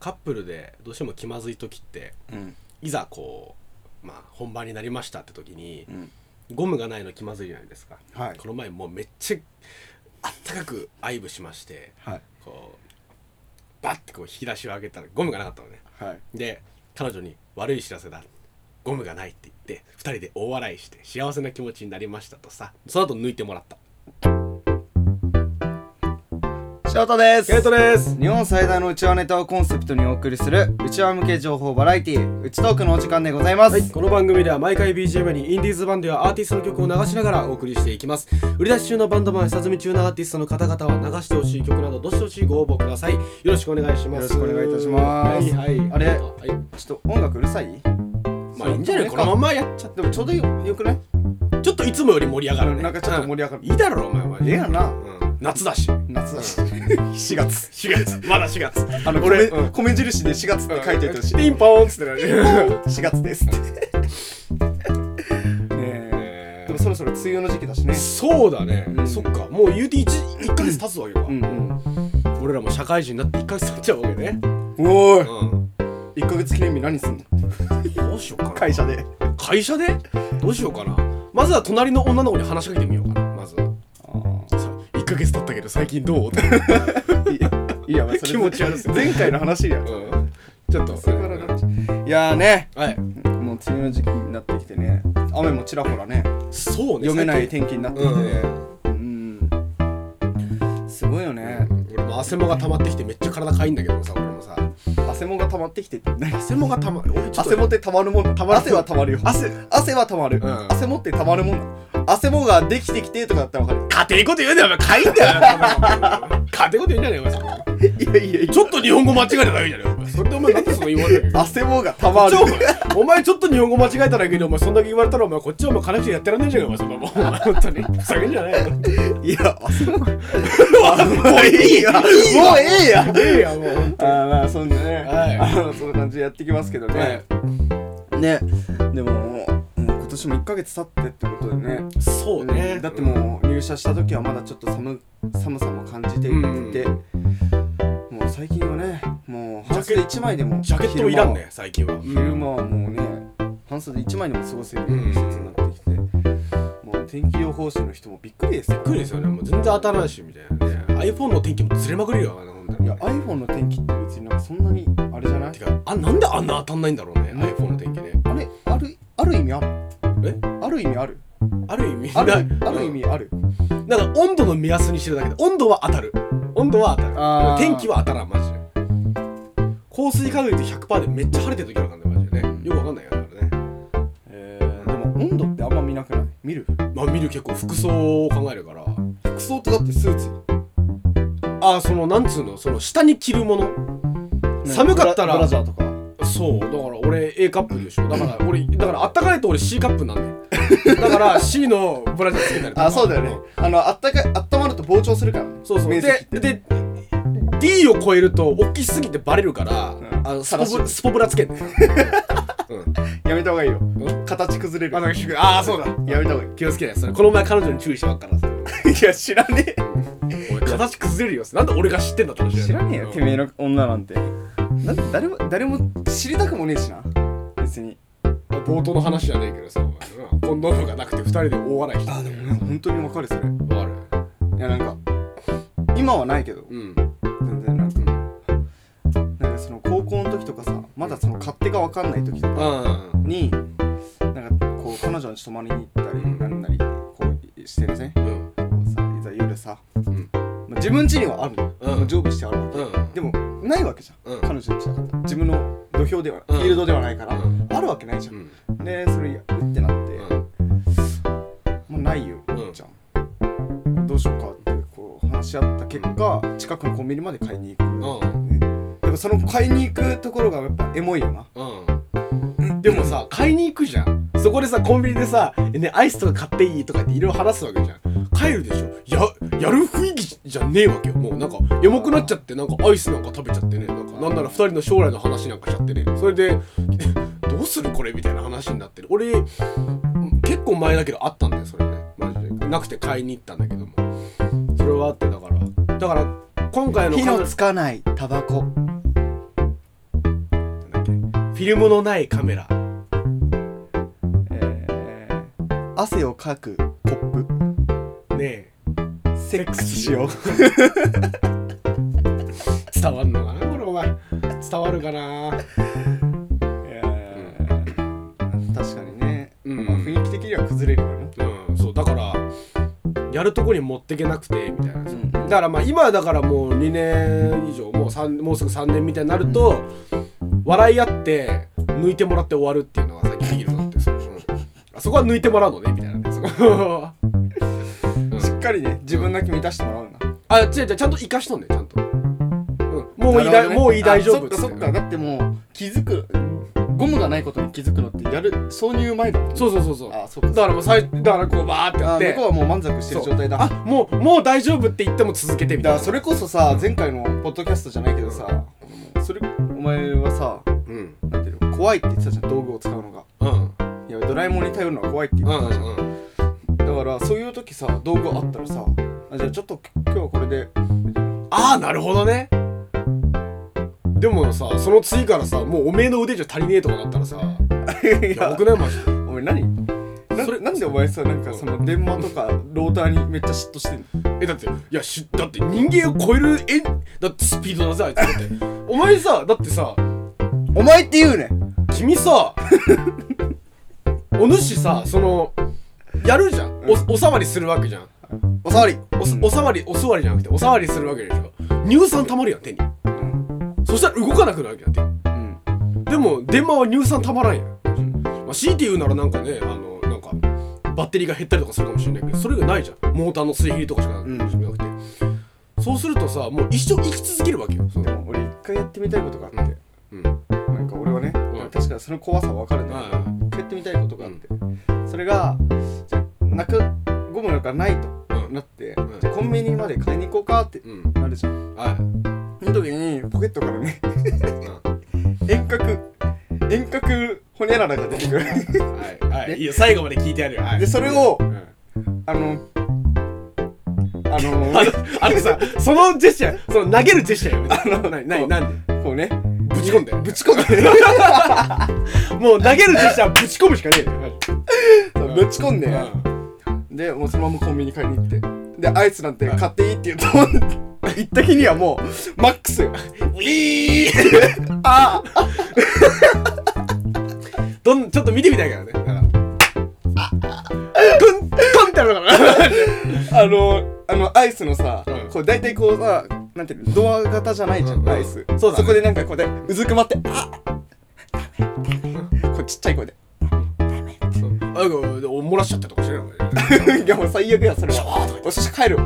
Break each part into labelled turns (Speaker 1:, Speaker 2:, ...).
Speaker 1: カップルでどうしても気まずい時って
Speaker 2: うん
Speaker 1: いざこう、まあ、本番になりましたって時に
Speaker 2: うん
Speaker 1: ゴムがないの気まずいじゃないですか、
Speaker 2: はい
Speaker 1: この前もうめっちゃあったかく愛撫しまして
Speaker 2: はい
Speaker 1: こうバッてこう引き出しを上げたらゴムがなかったのね
Speaker 2: はい
Speaker 1: で彼女に「悪い知らせだゴムがない」って言って2人で大笑いして幸せな気持ちになりましたとさその後抜いてもらった
Speaker 2: ショートです
Speaker 1: です
Speaker 2: 日本最大のうちわネタをコンセプトにお送りするうちわ向け情報バラエティーうちトークのお時間でございま
Speaker 1: は
Speaker 2: す、
Speaker 1: い、この番組では毎回 BGM にインディーズバンドやアーティストの曲を流しながらお送りしていきます売り出し中のバンドマン下積み中のアーティストの方々は流してほしい曲などどしどしご応募くださいよろしくお願いします
Speaker 2: よろしくお願いいたします
Speaker 1: はいはい
Speaker 2: あれ
Speaker 1: はい、
Speaker 2: ちょっと音楽うるさい
Speaker 1: まあいいんじゃないこのまんまやっちゃっ
Speaker 2: でもちょうどよよくない
Speaker 1: てちょっといつもより盛り上がるね
Speaker 2: なんかちょっと盛り上がる
Speaker 1: うんいいだろお前は
Speaker 2: ええやな
Speaker 1: うん、夏だし
Speaker 2: 夏だし4月
Speaker 1: 4月 まだ4月
Speaker 2: あの
Speaker 1: 俺
Speaker 2: 米,、
Speaker 1: うん
Speaker 2: 米印で4月って書いておいてほしい
Speaker 1: ピンポーンっつってなる
Speaker 2: 4月 ですってねえでもそろそろ梅雨の時期だしね
Speaker 1: そうだね、
Speaker 2: うん
Speaker 1: そっかもう言うて 1, 1ヶ月経つわけか、
Speaker 2: うんうん
Speaker 1: 俺らも社会人になって1ヶ月経っちゃうわけね
Speaker 2: おー
Speaker 1: うん
Speaker 2: い1ヶ月記念日何すんの
Speaker 1: どうしようかな
Speaker 2: 会社で
Speaker 1: 会社でどうしようかなまずは隣の女の子に話しかけてみようかなまずはさ1ヶ月経ったけど最近どうって、
Speaker 2: いいやばいそれ
Speaker 1: 気持ち悪すぎる
Speaker 2: 前回の話や
Speaker 1: うん、ちょっと
Speaker 2: それからいやーね
Speaker 1: はい
Speaker 2: もう梅雨の時期になってきてね雨もちらほらね
Speaker 1: そうね
Speaker 2: 読めない
Speaker 1: 最
Speaker 2: 天気になって
Speaker 1: 近
Speaker 2: き
Speaker 1: う
Speaker 2: て
Speaker 1: ん、
Speaker 2: ねうんすごいよね
Speaker 1: 俺も汗もが溜まってきてめっちゃ体かいんだけどさ俺もさ
Speaker 2: 汗もが溜まってきて何
Speaker 1: 汗もが溜ま俺ちょっと
Speaker 2: 汗もって溜まるもん溜まる汗は溜まるよ
Speaker 1: 汗
Speaker 2: 汗は溜まる、
Speaker 1: うん
Speaker 2: 汗もって溜まるもんだ汗もができてきてとかだったらわかる
Speaker 1: 家庭語で言うなよお前かいんだよ家庭語で言うんじゃねえよお前そこ
Speaker 2: いやいやいや
Speaker 1: ちょっと日本語間違えただけじゃねえよお前それでお前なんでその言われた
Speaker 2: 汗もが溜まる
Speaker 1: お前ちょっと日本語間違えただけでお前そんだけ言われたらお前こっちはお前金口やってらんないじゃんお前そんなもんお前本当にふざけんじゃないよ
Speaker 2: いや汗もがも
Speaker 1: もういいよ
Speaker 2: もうええや
Speaker 1: いやいやもう本
Speaker 2: あーまあそんなね、
Speaker 1: はい
Speaker 2: あの そんな感じでやってきますけど
Speaker 1: 当に
Speaker 2: ね、ねでももう今年も1ヶ月経ってってことでね
Speaker 1: そうね
Speaker 2: だってもう入社した時はまだちょっと寒寒さも感じていて、
Speaker 1: うん
Speaker 2: もう最近はねもう半
Speaker 1: ジャ
Speaker 2: 袖1枚でも
Speaker 1: ジャケットもいらんね最近は
Speaker 2: 昼間は昼間はもうね半袖1枚でも過ごせるような季節になってきて、もう天気予報士の人もびっくりですよ
Speaker 1: びっくりですよねもう全然当たらないしみたいなね iPhone の天気もずれまくりよあの本当
Speaker 2: い
Speaker 1: に
Speaker 2: や iPhone の天気って別になんかそんなにあれじゃない
Speaker 1: てかあなんであんな当たんないんだろうね
Speaker 2: うん
Speaker 1: iPhone の天気ね
Speaker 2: あれあるある意味ある
Speaker 1: え
Speaker 2: ある意味ある
Speaker 1: ある意味
Speaker 2: ある
Speaker 1: な
Speaker 2: ある意味ある
Speaker 1: なんか温度の目安にしてるだけで温度は当たる温度は当
Speaker 2: あー
Speaker 1: たる天気は当たらんマジで降水確率100%でめっちゃ晴れてる時あるからねマジでねよくわかんないよねあれね
Speaker 2: えー、でも温度ってあんま見なくない見る
Speaker 1: まあ見る結構服装を考えるから
Speaker 2: 服装ってだってスーツ
Speaker 1: ああそのなんつうのその下に着るもの寒かったら
Speaker 2: ブラブラジャーとか
Speaker 1: そうだから俺 A カップでしょだから俺だからあったかいと俺 C カップなんだよだから C のブラジャーつけたりとか
Speaker 2: あそうだよねあのあったかいあったまると膨張するからね
Speaker 1: そうそう
Speaker 2: 面積
Speaker 1: で
Speaker 2: って
Speaker 1: で D を超えると大きすぎてバレるから、
Speaker 2: うん
Speaker 1: あのスポ
Speaker 2: 正し
Speaker 1: ブ
Speaker 2: い
Speaker 1: スポブラつけ んねうん
Speaker 2: やめた方がいいよ
Speaker 1: ん
Speaker 2: 形崩れ
Speaker 1: あ
Speaker 2: る
Speaker 1: なんかあーそうだ
Speaker 2: やめた方がいい
Speaker 1: 気をつけないそれこの前彼女に注意したばっからさ
Speaker 2: いや知らね
Speaker 1: おい形崩れるよなんで俺が知ってんだって話だ
Speaker 2: え知らねえ
Speaker 1: う
Speaker 2: よ
Speaker 1: ん
Speaker 2: てめえの女なんてなんて誰も誰も知りたくもねえしな別に
Speaker 1: 冒頭の話じゃねえけどさお前なコンドームがなくて二人で大笑いして
Speaker 2: でもね本当にわかるそれい
Speaker 1: ある
Speaker 2: やなんか今はないけど
Speaker 1: うん
Speaker 2: 全然なんか
Speaker 1: うん
Speaker 2: なんかその高校の時とかさまだその勝手がわかんない時とか
Speaker 1: うん
Speaker 2: になんかこう彼女に泊まりに行ったりなんなりこうしてるね
Speaker 1: うん
Speaker 2: こうさいざ夜さ、
Speaker 1: うん
Speaker 2: まあ、自分家にはあるの、
Speaker 1: うん
Speaker 2: もう常備してあるわけ、
Speaker 1: うん
Speaker 2: でもないわけじゃん、
Speaker 1: うん
Speaker 2: 彼女にしたかった自分の土俵では、
Speaker 1: うん
Speaker 2: フィールドではないから、
Speaker 1: うん
Speaker 2: あるわけないじゃん、
Speaker 1: うん
Speaker 2: でそれやうってなって、もうないよ、
Speaker 1: うん
Speaker 2: じゃんどうしようかってこう話し合った結果、近くのコンビニまで買いに行く、
Speaker 1: う
Speaker 2: ねでもその買いに行くところがやっぱエモいよな
Speaker 1: うんうんでもさ買いに行くじゃんそこでさコンビニでさ、ね、アイスとか買っていいとかっていろいろ話すわけじゃん帰るでしょややる雰囲気じゃねえわけよもうなんかエモくなっちゃってなんかアイスなんか食べちゃってねなんかなんなら二人の将来の話なんかしちゃってねそれで どうするこれみたいな話になってる俺結構前だけどあったんだよそれねマジでなくて買いに行ったんだけどもそれはあってだからだから今回の
Speaker 2: 火
Speaker 1: 彼女
Speaker 2: のつかないタバコ
Speaker 1: フィルムのないカメラ
Speaker 2: えー汗をかくコッ
Speaker 1: ね
Speaker 2: プセックスしよう
Speaker 1: え伝わんのかなこれお前伝わるかな
Speaker 2: えー確かにね、
Speaker 1: うん
Speaker 2: まあ、雰囲気的には崩れるよね、
Speaker 1: うんそうだからやるとこに持ってけなくてみたいな
Speaker 2: うん
Speaker 1: だからまあ今だからもう2年以上もう3もうすぐ3年みたいになると、笑い合って抜いてもらって終わるっていうのが最近できるようになってそのあそこは抜いてもらうのねみたいなねその
Speaker 2: しっかりね自分だけ満たしてもらうな、
Speaker 1: あ違う違うちゃんと生かしとんねちゃんと、うん、もういい
Speaker 2: な
Speaker 1: だ、
Speaker 2: るほどね
Speaker 1: もういい大丈夫
Speaker 2: あそっかそっ
Speaker 1: つ
Speaker 2: かだってもう気づくゴムがないことに気づくのってやる挿入前だもん
Speaker 1: そうそうそうそう
Speaker 2: あそっか
Speaker 1: だからもう最だからこうバーってや
Speaker 2: あ
Speaker 1: って
Speaker 2: 向こうはもう満足してる
Speaker 1: そう
Speaker 2: 状態だ
Speaker 1: あもうもう大丈夫って言っても続けてみ
Speaker 2: だ
Speaker 1: たいな
Speaker 2: からそれこそさ前回のポッドキャストじゃないけどさそれお前はさ
Speaker 1: うん
Speaker 2: なんていうの怖いって言ってたじゃん道具を使うのが
Speaker 1: うん
Speaker 2: いやドラえもんに頼るのは怖いって言
Speaker 1: う
Speaker 2: っ
Speaker 1: んう
Speaker 2: てたじゃん、
Speaker 1: んうん
Speaker 2: だからそういう時さ道具あったらさあじゃあちょっと今日はこれで
Speaker 1: ああなるほどねでもさその次からさもうおめえの腕じゃ足りねえとかなったらさ
Speaker 2: い
Speaker 1: やばくないマジで
Speaker 2: お前何な
Speaker 1: それ
Speaker 2: なんでお前さなんかその電話とかローターにめっちゃ嫉妬してんの
Speaker 1: えだっていやしだって人間を超えるえだってスピードだぜあいつだってお前さだってさ
Speaker 2: お前って言うね
Speaker 1: 君 さお主さそのやるじゃんおおさわりするわけじゃん
Speaker 2: おさわり
Speaker 1: おさおさわりお座りじゃなくておさわりするわけでしょ乳酸溜まるやん手に
Speaker 2: うん
Speaker 1: そしたら動かなくなるわけやん手
Speaker 2: うん
Speaker 1: でも電話は乳酸たまらんやん、まあ、強いて言うならなんかねあのなんかバッテリーが減ったりとかするかもしれないけどそれがないじゃんモーターの水平とかしかな
Speaker 2: うん
Speaker 1: なくて、そうするとさもう一生生き続けるわけよそ
Speaker 2: で
Speaker 1: の
Speaker 2: も俺一回やってみたいことがあって、
Speaker 1: うんうん
Speaker 2: なんか俺はね、
Speaker 1: ん
Speaker 2: 確かにその怖さは分かるんだけど、
Speaker 1: う
Speaker 2: やってみたいことがあって、それがじゃあなくゴムなんかないと
Speaker 1: うん
Speaker 2: なって、
Speaker 1: うん
Speaker 2: じゃあコンビニまで買いに行こうかって
Speaker 1: うん
Speaker 2: なるじゃん
Speaker 1: はい、
Speaker 2: その時にポケットからね遠隔遠隔ほにゃららが出てくる
Speaker 1: うん、はいはいいいよ最後まで聞いてやるよ、はい、
Speaker 2: でそれを
Speaker 1: うん
Speaker 2: あのあ
Speaker 1: あ
Speaker 2: の
Speaker 1: のあのさそのジェスチャーその投げるジェスチャーよなになになんで
Speaker 2: こうね
Speaker 1: ぶち込んで
Speaker 2: ぶち込んで
Speaker 1: もう投げるジェスチャーぶち込むしかねえよ
Speaker 2: そうぶち込んで、
Speaker 1: うん
Speaker 2: でもうそのままコンビニ買いに行ってでアイスなんて買っていいって言うと行った日にはもうマックス よ
Speaker 1: ウィー
Speaker 2: ああ
Speaker 1: どんちょっと見てみたいからね。だから。トントンってやるから。
Speaker 2: あのあのアイスのさ、
Speaker 1: うん
Speaker 2: こう大体こうさなんていうのドア型じゃないじゃん、
Speaker 1: うんうん
Speaker 2: アイス
Speaker 1: そうだね
Speaker 2: こでなんかこうでうずくまってあこうちっちゃい声で
Speaker 1: あ、お漏らしちゃったとかしないの。
Speaker 2: いやもう最悪やそれはおし帰るわ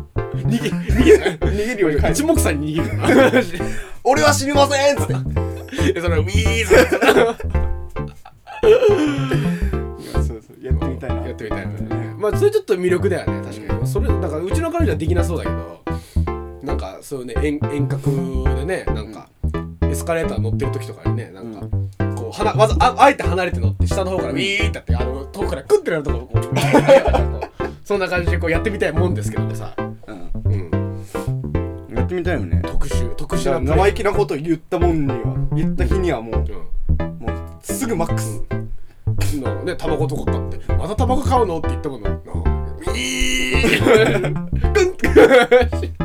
Speaker 1: 逃げ 逃げない。
Speaker 2: 逃げるように帰る
Speaker 1: 一目散に逃 げる。
Speaker 2: 俺は死にませんっつって
Speaker 1: えそれウィーズ。
Speaker 2: いやそうそうやってみたいな
Speaker 1: やってみたいな。まあそれちょっと魅力だよね確かに。それだからうちの彼女はできなそうだけど。なんかそういうね遠遠隔でねなんかエスカレーター乗ってる時とかにねなんかこう離わざああえて離れて乗って下の方からウィーってやってあの遠くからクンってなるとここうそんな感じでこうやってみたいもんですけどもさ、
Speaker 2: う
Speaker 1: うん、
Speaker 2: ん、やってみたいよね
Speaker 1: 特殊特殊な
Speaker 2: 生意気なこと言ったもんには言った日にはもう
Speaker 1: う
Speaker 2: もうすぐマックス
Speaker 1: んのねタバコとか買ってまたタバコ買うのって言ったものなウィークンって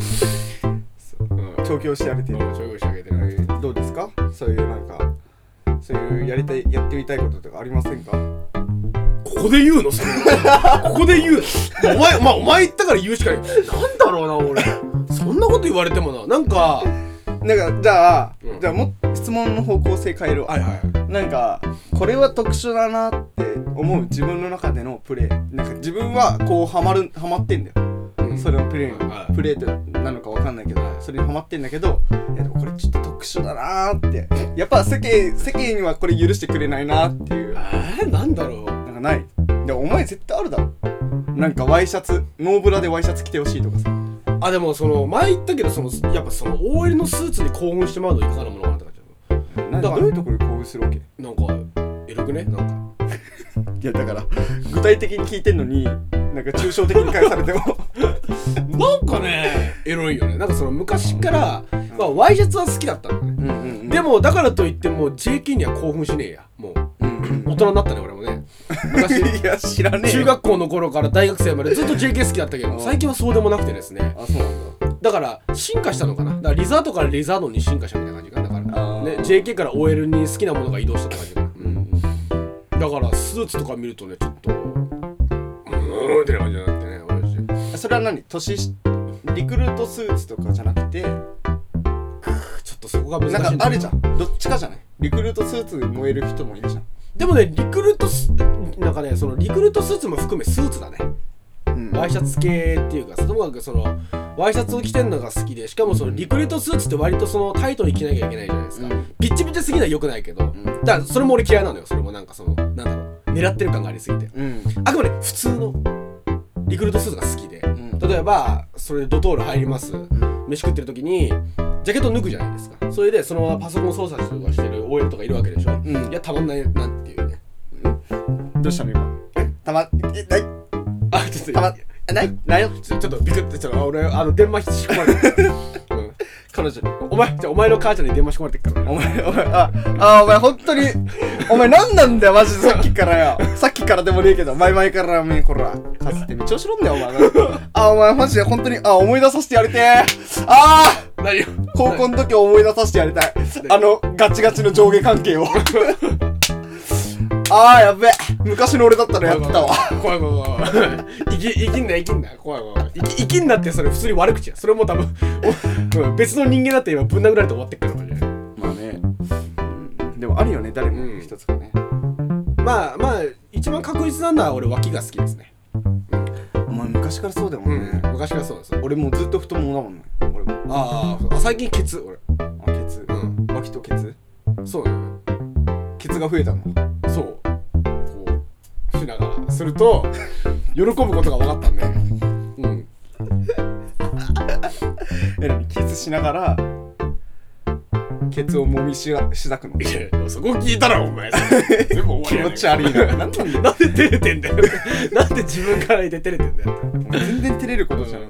Speaker 1: そううん
Speaker 2: 調教してあげて
Speaker 1: うんちょいしてあげてる
Speaker 2: どうですかそういうなんかそういうやりたいやってみたいこととかありませんか
Speaker 1: ここで言うのそれここで言うのお前まあお前言ったから言うしかないなんだろうな俺そんなこと言われてもななんか
Speaker 2: なんかじゃあ、
Speaker 1: うん
Speaker 2: じゃあもっ質問の方向性変えるわ、
Speaker 1: はいはい
Speaker 2: なんかこれは特殊だなって思う自分の中でのプレーなんか自分はこうハマるハマってんだよ、
Speaker 1: うん
Speaker 2: それのプレーに、
Speaker 1: はい
Speaker 2: プレーとなのかわかんないけどそれにハマってんだけどいやでもこれちょっと特殊だなーってやっぱ世間世間にはこれ許してくれないなっていう
Speaker 1: えー、なんだろう
Speaker 2: なんかないでもお前絶対あるだろなんかワイシャツノーブラでワイシャツ着てほしいとかさ
Speaker 1: あでもその前言ったけどそのやっぱその OL のスーツに興奮してまうのいかがなものかなって感じ
Speaker 2: だ
Speaker 1: だから
Speaker 2: どういうところに興奮するわけい
Speaker 1: なんかエロくねなんか
Speaker 2: やだから具体的に聞いてんのになんか抽象的に返されても
Speaker 1: なんかねエロいよねなんかその昔から、まあ、ワイシャツは好きだったのね
Speaker 2: うんうんうん
Speaker 1: でもだからといってもう JK には興奮しねえやもう
Speaker 2: うん
Speaker 1: 大人になったね俺もね私
Speaker 2: いや知ら ねえよ
Speaker 1: 中学校の頃から大学生までずっと JK 好きだったけ
Speaker 2: う
Speaker 1: ど
Speaker 2: ん
Speaker 1: 最近はそうでもなくてですね
Speaker 2: あそうなんだ
Speaker 1: だから進化したのかなだからリザードからリザードに進化したみたいな感じかなだから、
Speaker 2: あー
Speaker 1: ね、JK から OL に好きなものが移動したって感じかな
Speaker 2: うん
Speaker 1: だからスーツとか見るとねちょっとうーんってな感じになってね私
Speaker 2: それは何年しリクルートスーツとかじゃなくて
Speaker 1: ちょっとそこが難しい
Speaker 2: なんかあるじ
Speaker 1: ゃん
Speaker 2: ゃんどっちかじゃないリクルートスーツ燃える人もいるじ
Speaker 1: でもねリクルートスなんかねそのリクルートスーツも含めスーツだね
Speaker 2: ゃん、うん
Speaker 1: ワイシャツ系っていうかともかくそのワイシャツを着てるのが好きでしかもそのリクルートスーツって割とそのタイトに着なきゃいけないじゃないですか、
Speaker 2: うん
Speaker 1: ピッチピチすぎないは良くないけど、
Speaker 2: ん
Speaker 1: だからそれも俺嫌いなのよそれもなんかそのなんだろう狙ってる感がありすぎて
Speaker 2: うん
Speaker 1: あくまで普通のリクルートスーツが好きで、
Speaker 2: ん
Speaker 1: 例えばそれでドトール入ります飯食ってる時にジャケット脱ぐじゃないですかそれでそのままパソコン操作とかしてる OL とかいるわけでしょ、
Speaker 2: うん
Speaker 1: いやたまんないなっていうね
Speaker 2: どうしたの今たまえない
Speaker 1: あちょっと
Speaker 2: たまえないないよ
Speaker 1: ちょちょっとビクッてちょっとあ俺あの電話引き込まれてる、う ん
Speaker 2: 彼女に
Speaker 1: お前じゃあお前の母ちゃんに電話仕込まれてっから
Speaker 2: お
Speaker 1: ね
Speaker 2: 前お前ああお前本当にお前何なんだよマジでさっきからよさっきからでもねえけど前々からおめえこらかつて道をしろんだよお前あお前マジで本当にあ思い出させてやりてえああ
Speaker 1: 何
Speaker 2: 高校の時を思い出させてやりたいあのガチガチの上下関係をああやべえ昔の俺だったらやってたわ
Speaker 1: 怖い怖い怖い怖い生き生きんな生きんな怖い怖い怖い生き生きんなってそれ普通に悪口やそれもう多分おうん別の人間だって今ぶん殴られて終わってっからマジで
Speaker 2: まあねでもあるよね誰も一つかね、
Speaker 1: まあまあ一番確実なのは俺脇が好きですね
Speaker 2: お前昔からそうだもんね、
Speaker 1: 昔からそうです
Speaker 2: 俺もうずっと太ももだもんね俺も
Speaker 1: あーあ最近ケツ俺
Speaker 2: あケツ
Speaker 1: うん
Speaker 2: 脇とケツ
Speaker 1: そうだね
Speaker 2: ケツが増えたの
Speaker 1: そうこうしながらすると喜ぶことが分かったんでうん
Speaker 2: えらにキスしながらケツをもみしがしだくの
Speaker 1: いやでもそこ聞いたらお前全部
Speaker 2: 気
Speaker 1: 終わりやね
Speaker 2: 持ち悪 いななん
Speaker 1: な
Speaker 2: で
Speaker 1: んで照れてんだよ なんで自分から言って照れてんだよ
Speaker 2: 全然照れることじゃない、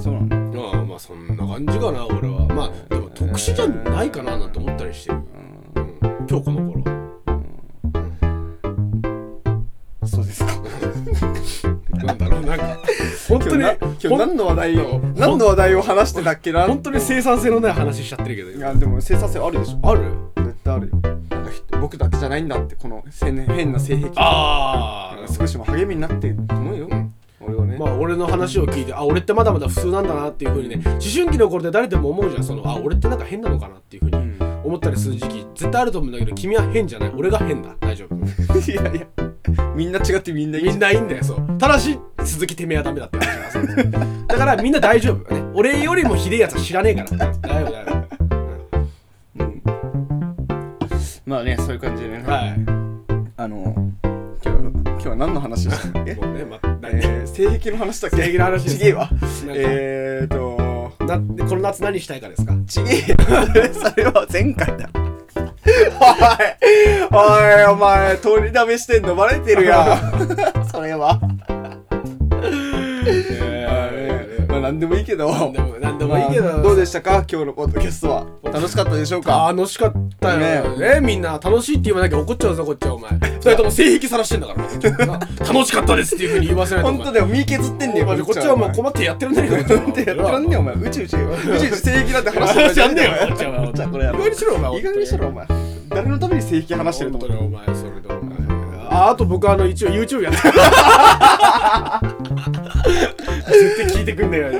Speaker 2: そうなの
Speaker 1: まあまあそんな感じかな俺はまあでも特殊じゃないかななんて思ったりしてる、うん、今日この頃
Speaker 2: そうですか
Speaker 1: なんだろうなん か本当
Speaker 2: 今日
Speaker 1: に
Speaker 2: な今日何の話題
Speaker 1: ほ
Speaker 2: を
Speaker 1: ん
Speaker 2: 何の話題を話してたっけな
Speaker 1: 本当に生産性のない話しちゃってるけど
Speaker 2: い
Speaker 1: 今
Speaker 2: やでも生産性あるでしょ
Speaker 1: ある
Speaker 2: 絶対あるよなんかひ僕だけじゃないんだってこのせん変な性癖
Speaker 1: ああ
Speaker 2: 少しも励みになってると思うよ、
Speaker 1: うん
Speaker 2: 俺はね、
Speaker 1: まあ俺の話を聞いてあ俺ってまだまだ普通なんだなっていうふうにね思春期の頃で誰でも思うじゃんそのあ俺ってなんか変なのかなっていうふう
Speaker 2: う
Speaker 1: に
Speaker 2: ん
Speaker 1: 思ったりする時期絶対あると思うんだけど君は変じゃない俺が変だ大丈夫
Speaker 2: いやいやみんな違ってみんないい
Speaker 1: み
Speaker 2: じゃ
Speaker 1: んないいんだよそうただし鈴木てめえはダメだって話なんですよだからみんな大丈夫、ね、俺よりもひでえやつは知らねえから大丈夫大丈夫
Speaker 2: うんまあねそういう感じでね、
Speaker 1: うんはい
Speaker 2: あの今日今日は何の話でしたえ
Speaker 1: もうねまあ何
Speaker 2: えー、性癖の話だっけ
Speaker 1: 性癖の話です
Speaker 2: ちげえ
Speaker 1: なん
Speaker 2: わ
Speaker 1: か
Speaker 2: えーと
Speaker 1: なでこの夏何したいかですか
Speaker 2: ち げえよそれは前回だおいおいお前通りだめしてんのバレてるや んそれはまあ何でもいいけど
Speaker 1: 何でも何でもいいけ
Speaker 2: ま
Speaker 1: ど
Speaker 2: あどうでしたか今日のポッドキャストは楽しかったでしょうか
Speaker 1: 楽しかったよねみんな楽しいって言わなきゃ怒っちゃうぞこっちはお 前二人とも性癖さらしてんだからこっちはな楽しかったですっていうふうに言わせないとお
Speaker 2: 本
Speaker 1: 前
Speaker 2: 当だよ身削ってんねよ
Speaker 1: お前こっちはもう困ってやってるんだよこっちは
Speaker 2: 困ってやってらんねえよお前うちうちうちうち正義なんて話して
Speaker 1: 話やんねえよ
Speaker 2: お前
Speaker 1: こっちはお前
Speaker 2: じゃあこれやろ
Speaker 1: 意外にしろお前
Speaker 2: 意外にしろお前誰のために正義話してると思
Speaker 1: 本
Speaker 2: う
Speaker 1: 当にお前それでお前ああと僕あの一応 YouTube やってる絶対聞いてくんねえよ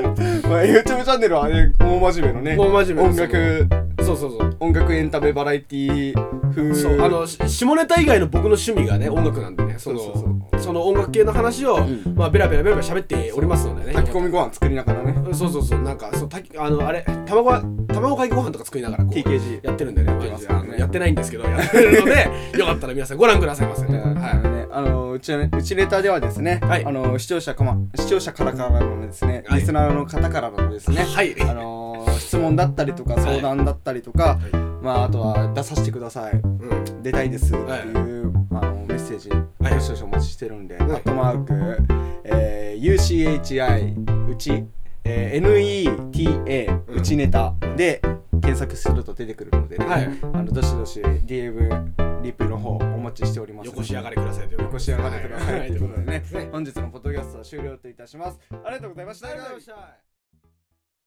Speaker 2: まあ YouTube チャンネルはね大真面目のね
Speaker 1: 大真面目
Speaker 2: 音楽
Speaker 1: そうそうそう
Speaker 2: 音楽エンタメバラエティ風
Speaker 1: そうあのし下ネタ以外の僕の趣味がね音楽なんでねその
Speaker 2: そ
Speaker 1: そう
Speaker 2: そう
Speaker 1: の音楽系の話を、
Speaker 2: ん
Speaker 1: まあベラベラベラベラ喋っておりますのでね
Speaker 2: 炊き込みご飯作りながらね
Speaker 1: うんそうそうそうなんかそうたきあのあれ卵は卵かけご飯とか作りながらこう
Speaker 2: TKG
Speaker 1: やってるんでねマ
Speaker 2: ま
Speaker 1: ジ
Speaker 2: す
Speaker 1: で
Speaker 2: から
Speaker 1: あ
Speaker 2: ね
Speaker 1: のやってないんですけどやってるの でよかったら皆さんご覧くださいませ、
Speaker 2: うん
Speaker 1: はい
Speaker 2: あのうちのうちネタではですね、
Speaker 1: はい
Speaker 2: あの視聴者かま視聴者からからのですね、
Speaker 1: はい
Speaker 2: リスナーの方からのですね、
Speaker 1: はい
Speaker 2: あの質問だったりとか
Speaker 1: い
Speaker 2: 相談だったりとか、まああとは出させてください
Speaker 1: うん
Speaker 2: 出たいですっていう、
Speaker 1: はい
Speaker 2: あのメッセージ、
Speaker 1: はい
Speaker 2: どしどしお待ちしてるんで、
Speaker 1: い
Speaker 2: アットマーク、えー UCHI うち、えー NETA
Speaker 1: うん
Speaker 2: うちネタで、検索すると出てくるのでね、
Speaker 1: はい
Speaker 2: あのどしどし DM リプの方お待ちしております
Speaker 1: よこし上がれくださいという
Speaker 2: よこし上がれくださいということでね
Speaker 1: はい
Speaker 2: 本日のポッドキャストは終了といたしますありがとうございました
Speaker 1: ありがとうございました